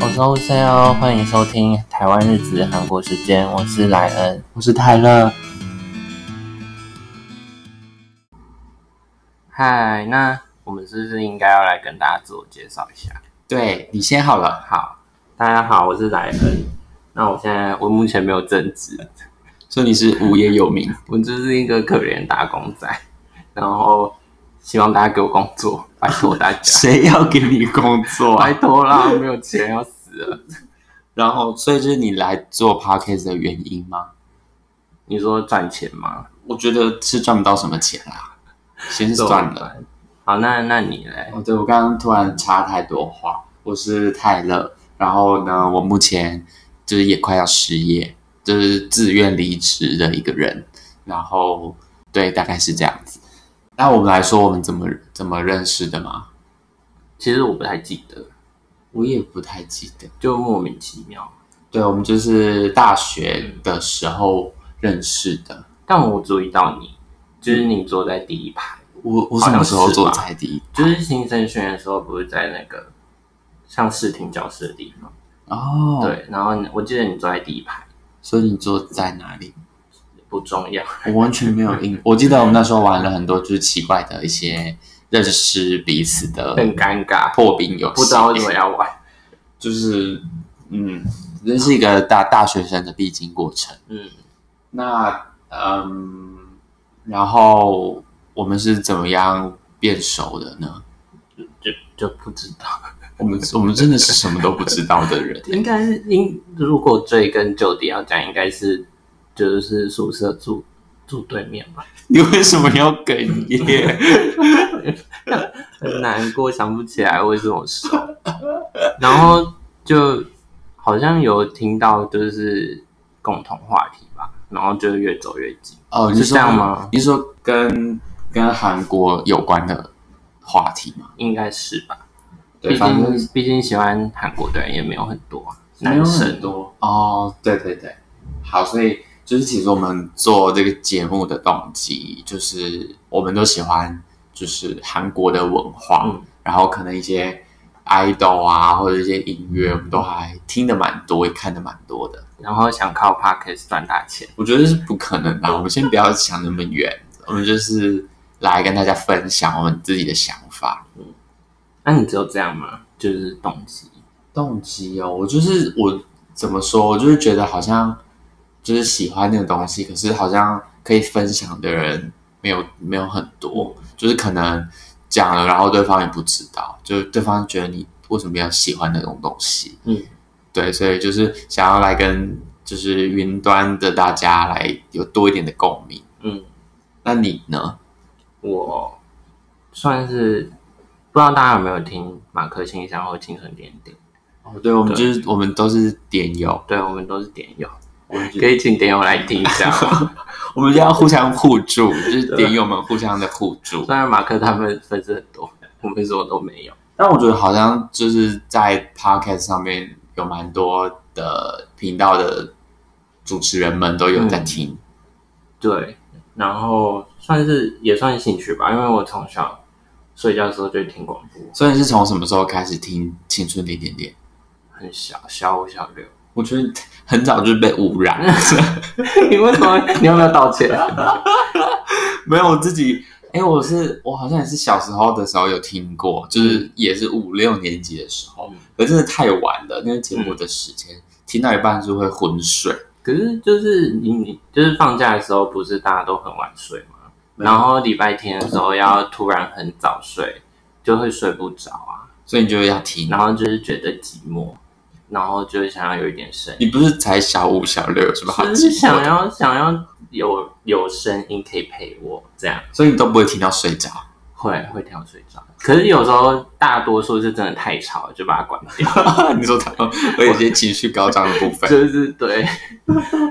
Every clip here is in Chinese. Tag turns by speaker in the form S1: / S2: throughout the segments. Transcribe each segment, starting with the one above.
S1: Hello，大家
S2: 哦
S1: 好，欢迎收听台湾日子韩国时间，我是莱恩，我是泰勒。
S2: 嗨，那我们是不是应该要来跟大家自我介绍一下？
S1: 对你先好了，
S2: 好，大家好，我是莱恩。那我现在我目前没有正职，
S1: 说你是无业游民，
S2: 我就是一个可怜打工仔，然后希望大家给我工作，拜托大家，
S1: 谁要给你工作
S2: 拜
S1: 啊？
S2: 托 啦，我没有钱要死了。
S1: 然后，所以这是你来做 podcast 的原因吗？
S2: 你说赚钱吗？
S1: 我觉得是赚不到什么钱 啦，先算了。。
S2: 好，那那你嘞？
S1: 哦，对，我刚刚突然插太多话，我是泰勒，然后呢，我目前就是也快要失业，就是自愿离职的一个人，然后对，大概是这样子。那我们来说，我们怎么怎么认识的吗？
S2: 其实我不太记得，
S1: 我也不太记得。
S2: 就莫名其妙。
S1: 对，我们就是大学的时候认识的。
S2: 但我注意到你，就是你坐在第一排。
S1: 我我
S2: 好
S1: 什么
S2: 像
S1: 时候
S2: 是
S1: 做
S2: 吧
S1: 才第一？
S2: 就是新生训的时候，不是在那个像视听教室的地方，
S1: 哦，，
S2: 对。然后你我记得你坐在第一排，
S1: 所以你坐在哪里？
S2: 不重要。
S1: 我完全没有印，我记得我们那时候玩了很多就是奇怪的一些认识彼此的
S2: 很尴尬，
S1: 破冰游戏，
S2: 不知道为什么要玩。
S1: 就是嗯，这是一个大大学生的必经过程。
S2: 嗯，
S1: 那嗯，然后我们是怎么样变熟的呢？
S2: 就就不知道，，
S1: 我们我们真的是什么都不知道的人
S2: 应该是应如果追根究底要讲，应该是就是宿舍住住对面吧。
S1: 你为什么要哽咽？
S2: 很难过，想不起来为什么熟。然后就好像有听到就是共同话题吧，然后就越走越近。
S1: 哦，你
S2: 是
S1: 说
S2: 这样吗？
S1: 你说跟跟韩国有关的话题吗？
S2: 应该是吧。
S1: 对，
S2: 毕
S1: 反正
S2: 竟毕竟喜欢韩国的人也没有很多啊，男生
S1: 多哦，对对对，好，所以就是其实我们做这个节目的动机，就是我们都喜欢就是韩国的文化，
S2: 嗯
S1: 然后可能一些 idol 啊，或者一些音乐，我们都还听的蛮多，也看的蛮多的。
S2: 然后想靠 podcast 赚大钱。
S1: 我觉得是不可能的，我们先不要想那么远，我们就是来跟大家分享我们自己的想法。
S2: 那你只有这样吗？就是动机。
S1: 动机哦，我就是我怎么说，我就是觉得好像就是喜欢那个东西，可是好像可以分享的人没有没有很多，就是可能讲了，然后对方也不知道，就是对方觉得你为什么要喜欢那种东西，
S2: 嗯，
S1: 对，所以就是想要来跟就是云端的大家来有多一点的共鸣。
S2: 嗯，
S1: 那你呢？
S2: 我算是不知道大家有没有听马克信箱或青春点点？
S1: 哦，对，我们
S2: 对
S1: 就是我们都是点友，
S2: 对我们都是点友，
S1: 我们
S2: 可以请点友来听一下吗？
S1: 我们就要互相互 助，就是点友们互相的互助。
S2: 虽然马克他们粉丝很多， 我们什么都没有。
S1: 但我觉得好像就是在 podcast 上面有蛮多的频道的主持人们都有在
S2: 嗯
S1: 听，
S2: 对，然后算是也算兴趣吧，因为我从小睡觉的时候就听广播，
S1: 所以你是从什么时候开始听《青春点点点》？
S2: 很小小五小六。
S1: 我觉得很早就被污染，
S2: 你为什么？ 你有没有道歉？
S1: 没有我自己。哎、我是我好像也是小时候的时候有听过，就是也是五六年级的时候
S2: 嗯，
S1: 可真的太晚了，那个节目的时间、听到一半是会昏睡。
S2: 可是就是你你就是放假的时候，不是大家都很晚睡吗？然后礼拜天的时候要突然很早睡，就会睡不着啊。
S1: 所以你就要听
S2: 然。后就是觉得寂寞，然后就想要有一点声音，
S1: 你不是才小五小六有什么好
S2: 就是
S1: 记录
S2: 想
S1: 的？
S2: 要想要有有声音可以陪我这样。
S1: 所以你都不会听到睡着。
S2: 会会挑睡着，可是有时候大多数是真的太吵了，就把它关掉。
S1: 你说他们会有一些情绪高涨的部分，
S2: 就是对，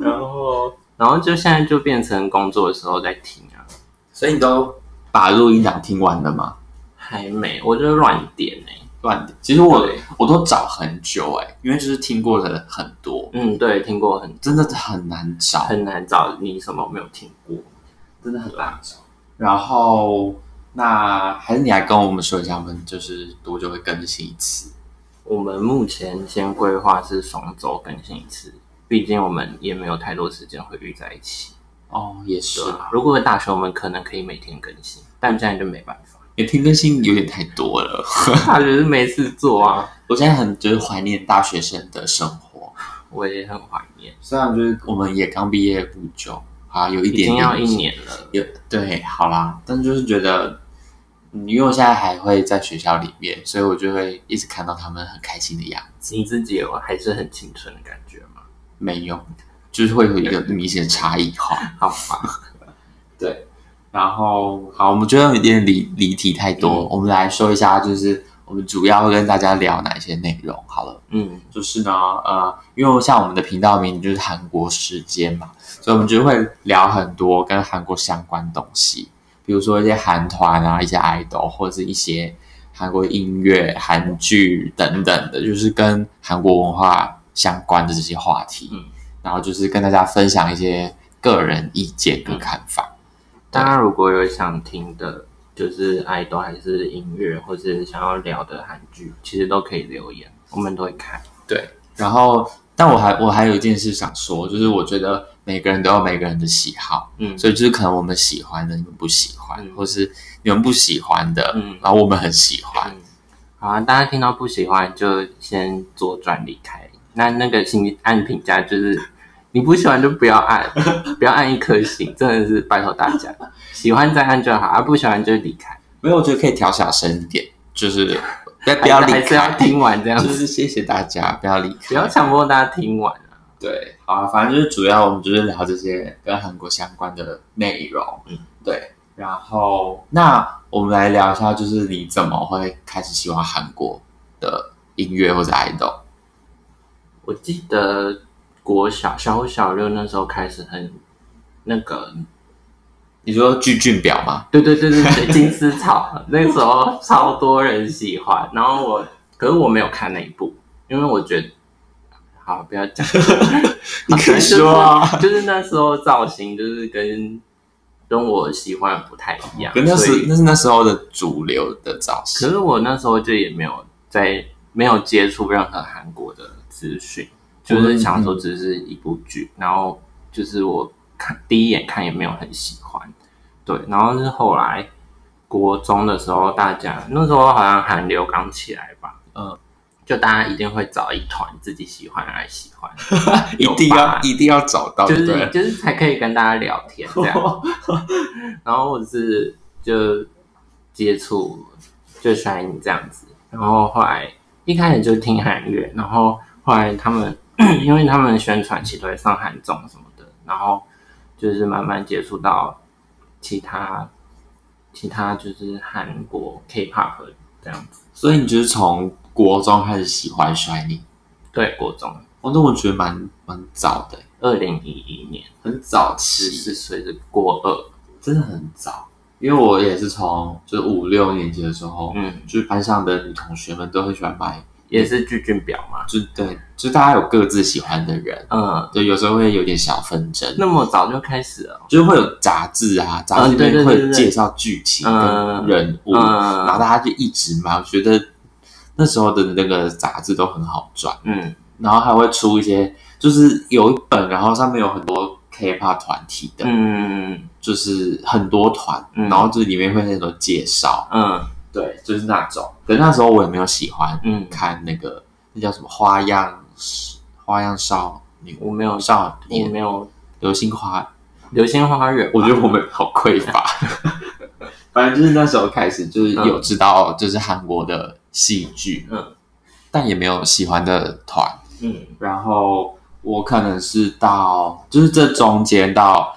S2: 然后然后就现在就变成工作的时候在听啊，
S1: 所以你都把录音档听完了吗？
S2: 还没，我就乱点哎、
S1: 乱点，其实我
S2: 对
S1: 我都找很久哎、因为就是听过的很多，
S2: 嗯，对，听过很
S1: 真的很难找，
S2: 很难找你什么没有听过，
S1: 真的很难找。然后那还是你来跟我们说一下，我们就是多久会更新一次？
S2: 我们目前先规划是双周更新一次，毕竟我们也没有太多时间会遇在一起。
S1: 哦，也是
S2: 对
S1: 啊，
S2: 啊，如果大学我们可能可以每天更新，但现在就没办 法，
S1: 也听更新有点太多了。
S2: 大学是没事做啊。
S1: 我现在很就是怀念大学生的生活，
S2: 我也很怀念，
S1: 虽然就是我们也刚毕业不久，啊，有一
S2: 已
S1: 点
S2: 经
S1: 点
S2: 要一年了。
S1: 有对，好啦，但就是觉得，嗯因为我现在还会在学校里面，所以我就会一直看到他们很开心的样子。
S2: 你自己有还是很青春的感觉吗？
S1: 没有，就是会有一个明显的差异化。
S2: 好 吧，
S1: 然后，好，我们觉得有点离离题太多，
S2: 嗯
S1: 我们来说一下，就是我们主要会跟大家聊哪些内容。好了，
S2: 嗯，
S1: 就是呢，呃，因为像我们的频道名就是韩国时间嘛，所以我们就会聊很多跟韩国相关的东西，比如说一些韩团啊、一些 idol 或者是一些韩国音乐、韩剧等等的，就是跟韩国文化相关的这些话题。
S2: 嗯
S1: 然后就是跟大家分享一些个人意见跟看法。
S2: 大家如果有想听的，就是爱豆还是音乐，或是想要聊的韩剧，其实都可以留言，我们都会看。
S1: 对，然后但我还我还有一件事想说，就是我觉得每个人都有每个人的喜好。
S2: 嗯，
S1: 所以就是可能我们喜欢的你们不喜欢，
S2: 嗯
S1: 或是你们不喜欢的，
S2: 嗯
S1: 然后我们很喜欢。
S2: 嗯好啊，大家听到不喜欢就先左转离开。那那个请按评价，就是 你不喜欢就不要按， 不要按一颗星，真的是拜托大家。 喜欢再按就好，啊不喜欢就离开，
S1: 没有，我觉得可以调小声一点， 就是不要不要离
S2: 还是要
S1: 开，
S2: 听完这样
S1: 就
S2: 子，
S1: 是谢谢大家，不要离开，
S2: 不要强迫大家听完啊。
S1: 对，好啊，反正就是主要我们就是聊这些跟韩国相关的内容，
S2: 嗯，
S1: 对。然后那我们来聊一下，就是你怎么会开始喜欢韩国的音乐或者 idol？
S2: 我记得国小小五小六那时候开始很那个，
S1: 你说具俊表吗？
S2: 对对对对对，金丝草 那时候超多人喜欢，然后我可是我没有看那一部，因为我觉得。好，不要讲。
S1: 你可以说啊，
S2: 就是就是那时候造型就是跟跟我喜欢的不太一样，
S1: 可那
S2: 所
S1: 是
S2: 以
S1: 那是那时候的主流的造型
S2: 可。是我那时候就也没有在没有接触任何韩国的资讯，就是想说只是一部剧，然后就是我看第一眼看也没有很喜欢，对，然后是后来国中的时候，大家那时候好像韩流刚起来吧，
S1: 嗯，
S2: 就大家一定会找一团自己喜欢来喜欢，
S1: 一定
S2: 有
S1: 要
S2: 吧
S1: 一定要找到，
S2: 就
S1: 对不
S2: 是
S1: 对？
S2: 就是才可以跟大家聊天这样。然后我是就接触就 s h 这样子，然后后来一开始就听韩乐，然后后来他们 因为他们宣传期都会上韩综什么的，然后就是慢慢接触到其他其他就是韩国 K-pop 这样子，
S1: 所以你就是从国中开始喜欢 Shiny，
S2: 对，国中
S1: 哦，那我觉得蛮蛮早的，欸
S2: 二零一一年
S1: 很早
S2: 十
S1: 期，
S2: 四岁的国二，
S1: 真的很早。因为我也是从就是五六年级的时候，
S2: 嗯，
S1: 就是班上的女同学们都很喜欢买，
S2: 也是巨俊表嘛，
S1: 就是对，就是大家有各自喜欢的人，
S2: 嗯，
S1: 对，有时候会有点小纷争，
S2: 那么早就开始了，
S1: 就是会有杂志啊，杂志里
S2: 对对
S1: 面
S2: 对对
S1: 会
S2: 对
S1: 介绍剧情跟
S2: 嗯
S1: 人物，然后
S2: 嗯
S1: 大家就一直买，我觉得那时候的那个杂志都很好赚。
S2: 嗯，
S1: 然后还会出一些，就是有一本，然后上面有很多 K-pop 团体的，
S2: 嗯
S1: 就是很多团，
S2: 嗯
S1: 然后这里面会很多介绍，
S2: 嗯
S1: 对，就是那种。可是那时候我也没有喜欢
S2: 嗯，
S1: 看那个那叫什么花样花样少女
S2: 我没有，
S1: 少
S2: 我
S1: 年
S2: 没有
S1: 流星花，
S2: 《流星花园》吧，
S1: 我觉得我们好匮 乏。反正就是那时候开始，就是有知道就是韩国的戏剧，
S2: 嗯
S1: 但也没有喜欢的团。
S2: 嗯
S1: 然后我可能是到就是这中间到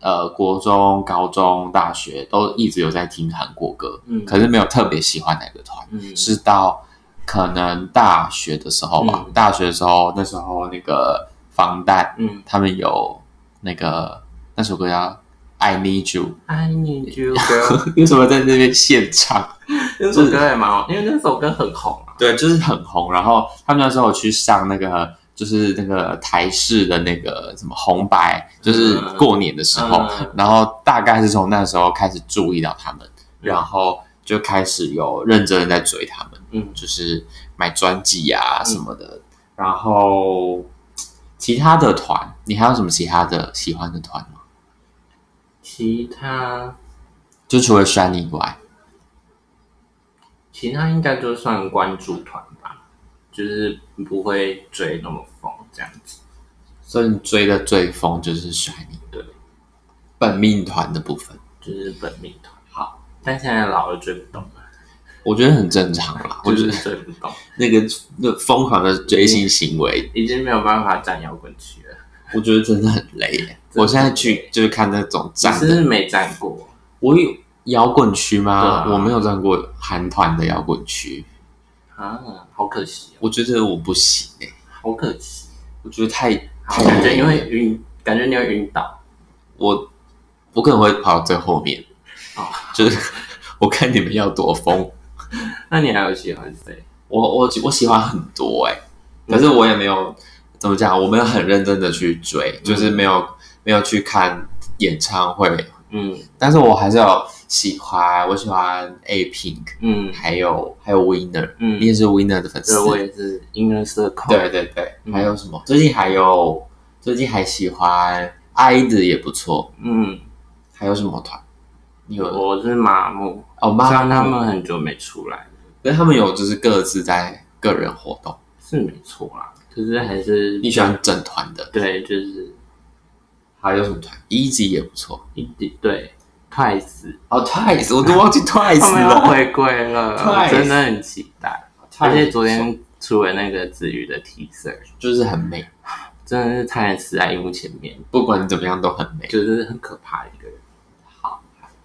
S1: 呃国中、高中、大学都一直有在听韩国歌，
S2: 嗯，
S1: 可是没有特别喜欢哪个团，
S2: 嗯
S1: 是到可能大学的时候吧。
S2: 嗯
S1: 大学的时候，那时候那个防弹
S2: 嗯
S1: 他们有那个那首歌叫《I Need You
S2: ，I need you girl》，
S1: 为什么在 那边现唱？
S2: 那首歌也蛮好，因为那首歌很红啊，
S1: 对，就是很红。然后他们那时候有去上那个，就是那个台式的那个什么红白，就是过年的时候，
S2: 嗯
S1: 然后大概是从那时候开始注意到他们，
S2: 嗯
S1: 然后就开始有认真的在追他们，
S2: 嗯
S1: 就是买专辑啊什么的。然后其他的团，你还有什么其他的喜欢的团吗？
S2: 其他
S1: 就除了 Shiny 以外，
S2: 其他应该就算关注团吧，就是不会追那么疯这样子。
S1: 所以你追的最疯就是 Shiny，
S2: 对，
S1: 本命团的部分，
S2: 就是本命团。好，但现在老了追不动了，
S1: 我觉得很正常啦。我
S2: 就是
S1: 觉
S2: 嗯
S1: 得
S2: 追不动，
S1: 那个那疯狂的追星行为
S2: 已经没有办法站摇滚区了。
S1: 我觉得真的很累耶。我现在去就是看那种
S2: 只
S1: 站的，
S2: 是没站过，
S1: 我有摇滚区吗？
S2: 对啊
S1: 我没有站过韩团的摇滚区，
S2: 啊，好可惜哦，
S1: 我觉得我不行哎，
S2: 好可惜。啊
S1: 我觉得太
S2: 好，
S1: 太
S2: 感觉
S1: 累
S2: 你
S1: 了
S2: 会晕，感觉你会晕倒。
S1: 我我可能会跑到最后面，
S2: 哦
S1: 就是我看你们要多疯。
S2: 那你还有喜欢谁？
S1: 我我我喜欢很多哎、
S2: 嗯
S1: 可是我也没有怎么讲，我没有很认真的去追，就是没有没有去看演唱会，
S2: 嗯
S1: 但是我还是有喜欢，我喜欢 A Pink。
S2: 嗯
S1: 还有还有 Winner，、
S2: 嗯
S1: 你，也是 Winner 的粉丝
S2: 对，，我也是音乐社控。
S1: 对对对
S2: 嗯
S1: 还有什么？最近还有最近还喜欢 I 的也不错，
S2: 嗯，
S1: 还有什么团？你有
S2: 我是麻木，
S1: 哦，
S2: 虽
S1: 妈
S2: 然他
S1: 妈，
S2: 们很久没出来，
S1: 可是他们有就是各自在个人活动。
S2: 是没错啦，可是还是
S1: 你喜欢整团的？
S2: 对，就是
S1: 还有什么团？Easy 也不错。
S2: 一点对 Twice，
S1: 哦，Twice 我都忘 记
S2: 他
S1: Twice
S2: 们要
S1: 了。
S2: 回归了，我
S1: Twice
S2: 真的很期待。而且昨天出了那个子瑜的 T 恤，
S1: 就是很美，
S2: 真的是差点死在荧幕前面，
S1: 不管怎么样都很美。
S2: 就是很可怕一个人。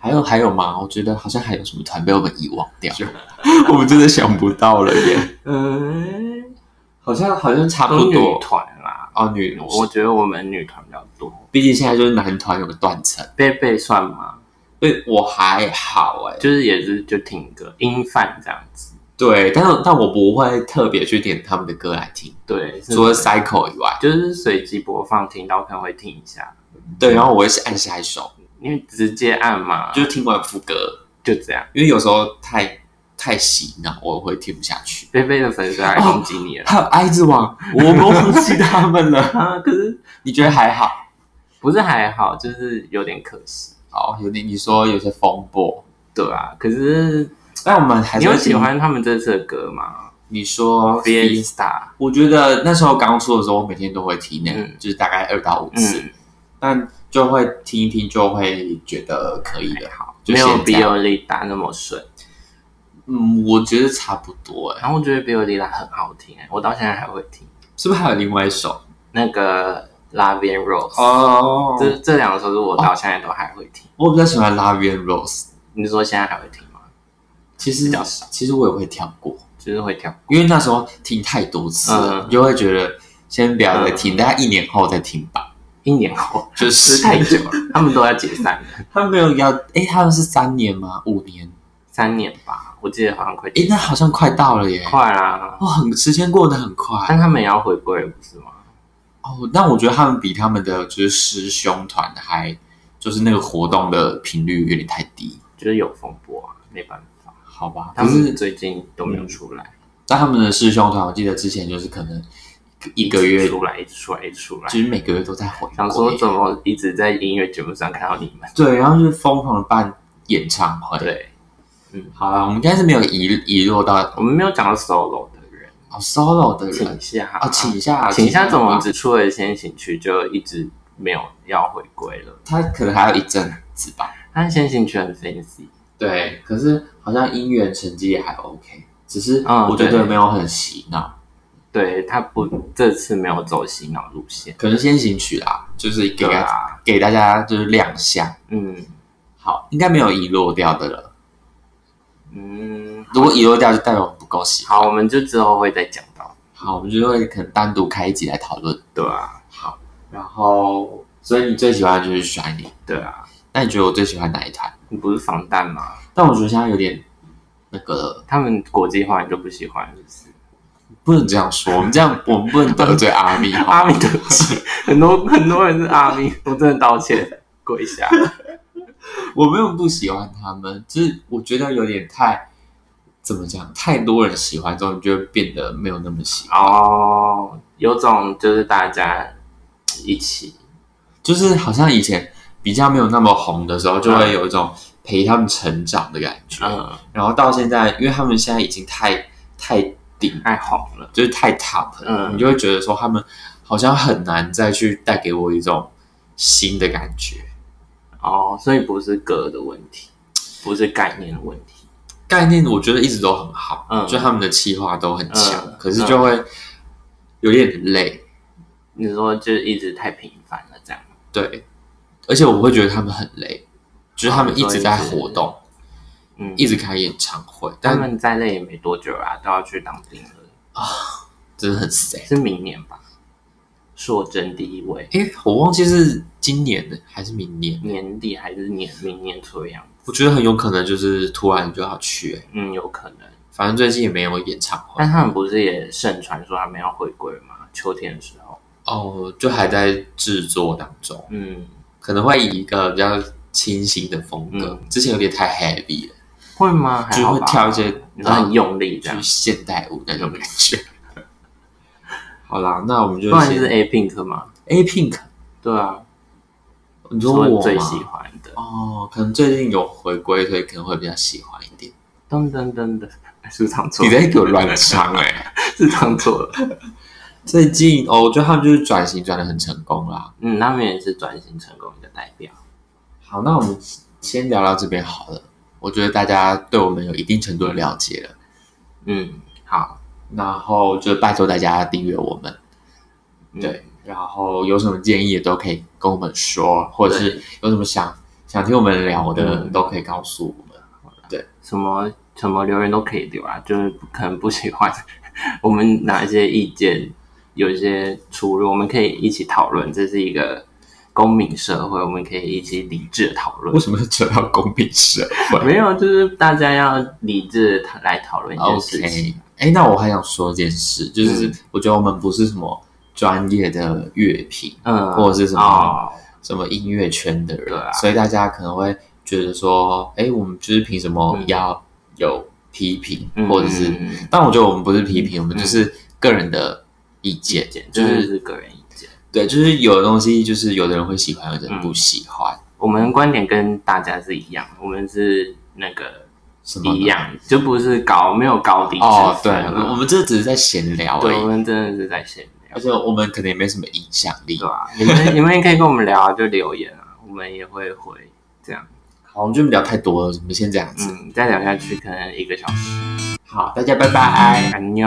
S1: 还有还有吗？我觉得好像还有什么团被我们遗忘掉， 我们真的想不到了耶。
S2: 嗯，
S1: 好像好像差
S2: 都
S1: 不
S2: 女
S1: 多
S2: 团啦，
S1: 哦，女
S2: 我觉得我们女团比较多。
S1: 毕竟现在就是男团有个断层，
S2: 贝贝算吗？
S1: 所以我还好哎、
S2: 就是也是就听歌音范这样子，
S1: 对，但但我不会特别去点他们的歌来听，
S2: 对，是
S1: 除了 Cycle 以外，
S2: 就是随机播放，听到可能会听一下，
S1: 对，然后我会是按下一首，
S2: 因为直接按嘛，
S1: 就
S2: 就是
S1: 听完副歌，
S2: 就这样。
S1: 因为有时候太太洗脑，我会听不下去。
S2: 贝贝的粉丝
S1: 哦
S2: 来攻击你了、
S1: 还有爱之王，我们忘记他们了，
S2: 啊！可是
S1: 你觉得还好？
S2: 不是还好，就是有点可惜，
S1: 哦，有点你说有些风波，
S2: 对啊。可是
S1: 但我们还
S2: 你
S1: 是
S2: 有
S1: 会
S2: 喜。
S1: 听哦
S2: 欢他们这次的歌吗
S1: 你说 Fiesta
S2: ？Fiesta，
S1: 我觉得那时候刚出的时候，我每天都会听那个，
S2: 嗯
S1: 就是大概二到五次，
S2: 嗯，
S1: 但就会听一听，就会觉得可以的。好，就
S2: 没有
S1: 现
S2: 比
S1: 在
S2: 尤利达那么顺。
S1: 嗯，我觉得差不多哎、
S2: 然后我觉得比尤利达很好听、欸，我到现在还会听
S1: 是不是还有另外一首？
S2: 那个 Love and Rose，、
S1: 哦
S2: 这这两首歌我到现在都还会听。
S1: 我比较喜欢《Love and Rose》，
S2: 你说现在还会听吗？
S1: 其实
S2: 比较少
S1: 其实我也会跳过，
S2: 就是会跳，
S1: 因为那时候听太多次了，
S2: 嗯
S1: 就会觉得先不要再听，大概一年后再听 吧。
S2: 一年后
S1: 就
S2: 就是
S1: 是
S2: 太久了，他们都要解散了，
S1: 他们没有要，哎、他们是三年吗？五年？
S2: 三年吧，我记得好像快
S1: 哎、那好像快到了耶！
S2: 快啦，
S1: 哇，很时间过得很快。
S2: 但他们也要回归了，不是吗？
S1: 哦，但我觉得他们比他们的就是师兄团还就是那个活动的频率有点太低，
S2: 就是有风波啊，没办法，
S1: 好吧？
S2: 他
S1: 可
S2: 们
S1: 是嗯
S2: 最近都没有出来，
S1: 那他们的师兄团，我记得之前就是可能一个
S2: 一
S1: 月
S2: 直，出来，一直出来，一直出来，
S1: 就是每个月都在回
S2: 想说
S1: 归，
S2: 怎么一直在音乐节目上看到你们，
S1: 对，然后就是疯狂的办演唱会。，
S2: 对
S1: 好了，我们应该是没有遗遗落到
S2: 我们没有讲到 solo 的人，
S1: 哦 solo 的
S2: 请一
S1: 人
S2: 下
S1: 哦，请啊一下，
S2: 请一下，怎么
S1: 吧
S2: 只出了先行曲就一直没有要回归了？
S1: 他可能还有一阵子吧。
S2: 但先行曲很 fancy，
S1: 对，可是好像音源成绩也还 OK，只是
S2: 嗯
S1: 我觉
S2: 对
S1: 得没有很洗脑。
S2: 对他不这次没有走洗脑路线。
S1: 可能先行曲啦，就是给、
S2: 对啊，
S1: 给大家就是亮相。
S2: 嗯
S1: 好，应该没有遗落掉的了。
S2: 嗯，
S1: 如果遗落掉，就代表我们不够喜欢。
S2: 好，我们就之后会再讲到，
S1: 好，我们就会可能单独开一集来讨论。
S2: 对啊，
S1: 好，然后，所以你最喜欢的就是 Shiny，
S2: 对啊，
S1: 那你觉得我最喜欢哪一团？
S2: 你不是防弹吗？
S1: 但我觉得现在有点那个了，
S2: 他们国际化你就不喜欢，是不是？
S1: 不能这样 说，我们这样我们不能得罪阿密哈。
S2: 阿米对不起，很多很多人是阿米，我真的道歉，跪下。
S1: 我没有不喜欢他们，就是我觉得有点太怎么讲，太多人喜欢之后，你就会变得没有那么喜欢。
S2: 哦，有种就是大家一起，
S1: 就是好像以前比较没有那么红的时候，就会有一种陪他们成长的感觉。
S2: 嗯，
S1: 然后到现在，因为他们现在已经太太顶，
S2: 太红了，
S1: 就是太 top，了、
S2: 嗯
S1: 你就会觉得说他们好像很难再去带给我一种新的感觉。
S2: 哦，所以不是歌的问题，不是概念的问题，
S1: 概念我觉得一直都很好，
S2: 嗯
S1: 就他们的企划都很强，
S2: 嗯
S1: 可是就会有点累，
S2: 你说就是一直太频繁了这样，
S1: 对，而且我会觉得他们很累，就是他们
S2: 哦
S1: 一直在活动，
S2: 嗯，
S1: 一直开演唱会，
S2: 他
S1: 但
S2: 们在内也没多久啊，都要去当兵了，
S1: 真的很 sad。
S2: 是明年吧？硕真第一位，
S1: 哎，我忘记是今年的还是明年，
S2: 年底还是年明年出的样子，
S1: 我觉得很有可能就是突然就要去、诶
S2: 嗯，有可能。
S1: 反正最近也没有演唱会，
S2: 但他们不是也盛传说他们要回归吗？秋天的时候，
S1: 哦，就还在制作当中，
S2: 嗯，
S1: 可能会以一个比较清新的风格，之前有点太 heavy 了，
S2: 会吗？还
S1: 就
S2: 好
S1: 会
S2: 吧，
S1: 跳一些
S2: 然后很用力这
S1: 就
S2: 样
S1: 是。现代舞那种感觉。好啦，那我们就
S2: 不然
S1: 先
S2: 就是 A Pink 嘛，
S1: A Pink，
S2: 对啊，
S1: 你
S2: 是
S1: 说我
S2: 我
S1: 吗
S2: 最喜欢的。
S1: 哦，可能最近有回归，所以可能会比较喜欢一点。
S2: 噔噔噔噔，是唱错
S1: 你
S2: 了，
S1: 在给我乱唱哎、
S2: 是唱错了。
S1: 最近哦，我觉得他们就是转型转的很成功啦。
S2: 嗯，他们也是转型成功的代表。
S1: 好，那我们先聊到这边好了。我觉得大家对我们有一定程度的了解了，
S2: 嗯，好，
S1: 然后就拜托大家订阅我们。
S2: 嗯
S1: 对，然后有什么建议也都可以跟我们说，或者是有什么想想听我们聊的，
S2: 嗯
S1: 都可以告诉我们。
S2: 什么什么留言都可以留啊，就是可能不喜欢 我们哪一些意见有一些出入，我们可以一起讨论，这是一个公民社会，我们可以一起理智地讨
S1: 为
S2: 论。
S1: 什么要扯到公平社会
S2: 没有，就是大家要理智地来讨论一件事情。
S1: ？OK，哎、那我还想说一件事，
S2: 嗯
S1: 就是我觉得我们不是什么专业的乐评、
S2: 嗯，
S1: 或者是什么
S2: 哦，
S1: 什么音乐圈的人，
S2: 对啊
S1: 所以大家可能会觉得说，哎、我们就是凭什么要有批评，
S2: 嗯
S1: 或者是，
S2: 嗯
S1: 但我觉得我们不是批评，我们就是个人的意见，
S2: 意见，
S1: 就
S2: 嗯就是是个人意见。
S1: 对，就是有的东西，就是有的人会喜欢，有的人不喜欢，
S2: 我们观点跟大家是一样，我们是那个
S1: 什么的
S2: 一样，就不是高没有高低
S1: 哦
S2: 之，
S1: 对，
S2: 分啊
S1: 我们这只是在闲聊而
S2: 对，我
S1: 已，
S2: 们真的是在闲聊
S1: 而，且我们可能也没什么影响力
S2: 对。吧、你们你们也可以跟我们聊啊，就留言啊，我们也会回这样。嗯
S1: 好，我们就不聊太多了，我们先这样子。
S2: 嗯，再聊下去可能一个小时。
S1: 好，大家拜拜。
S2: 安妞。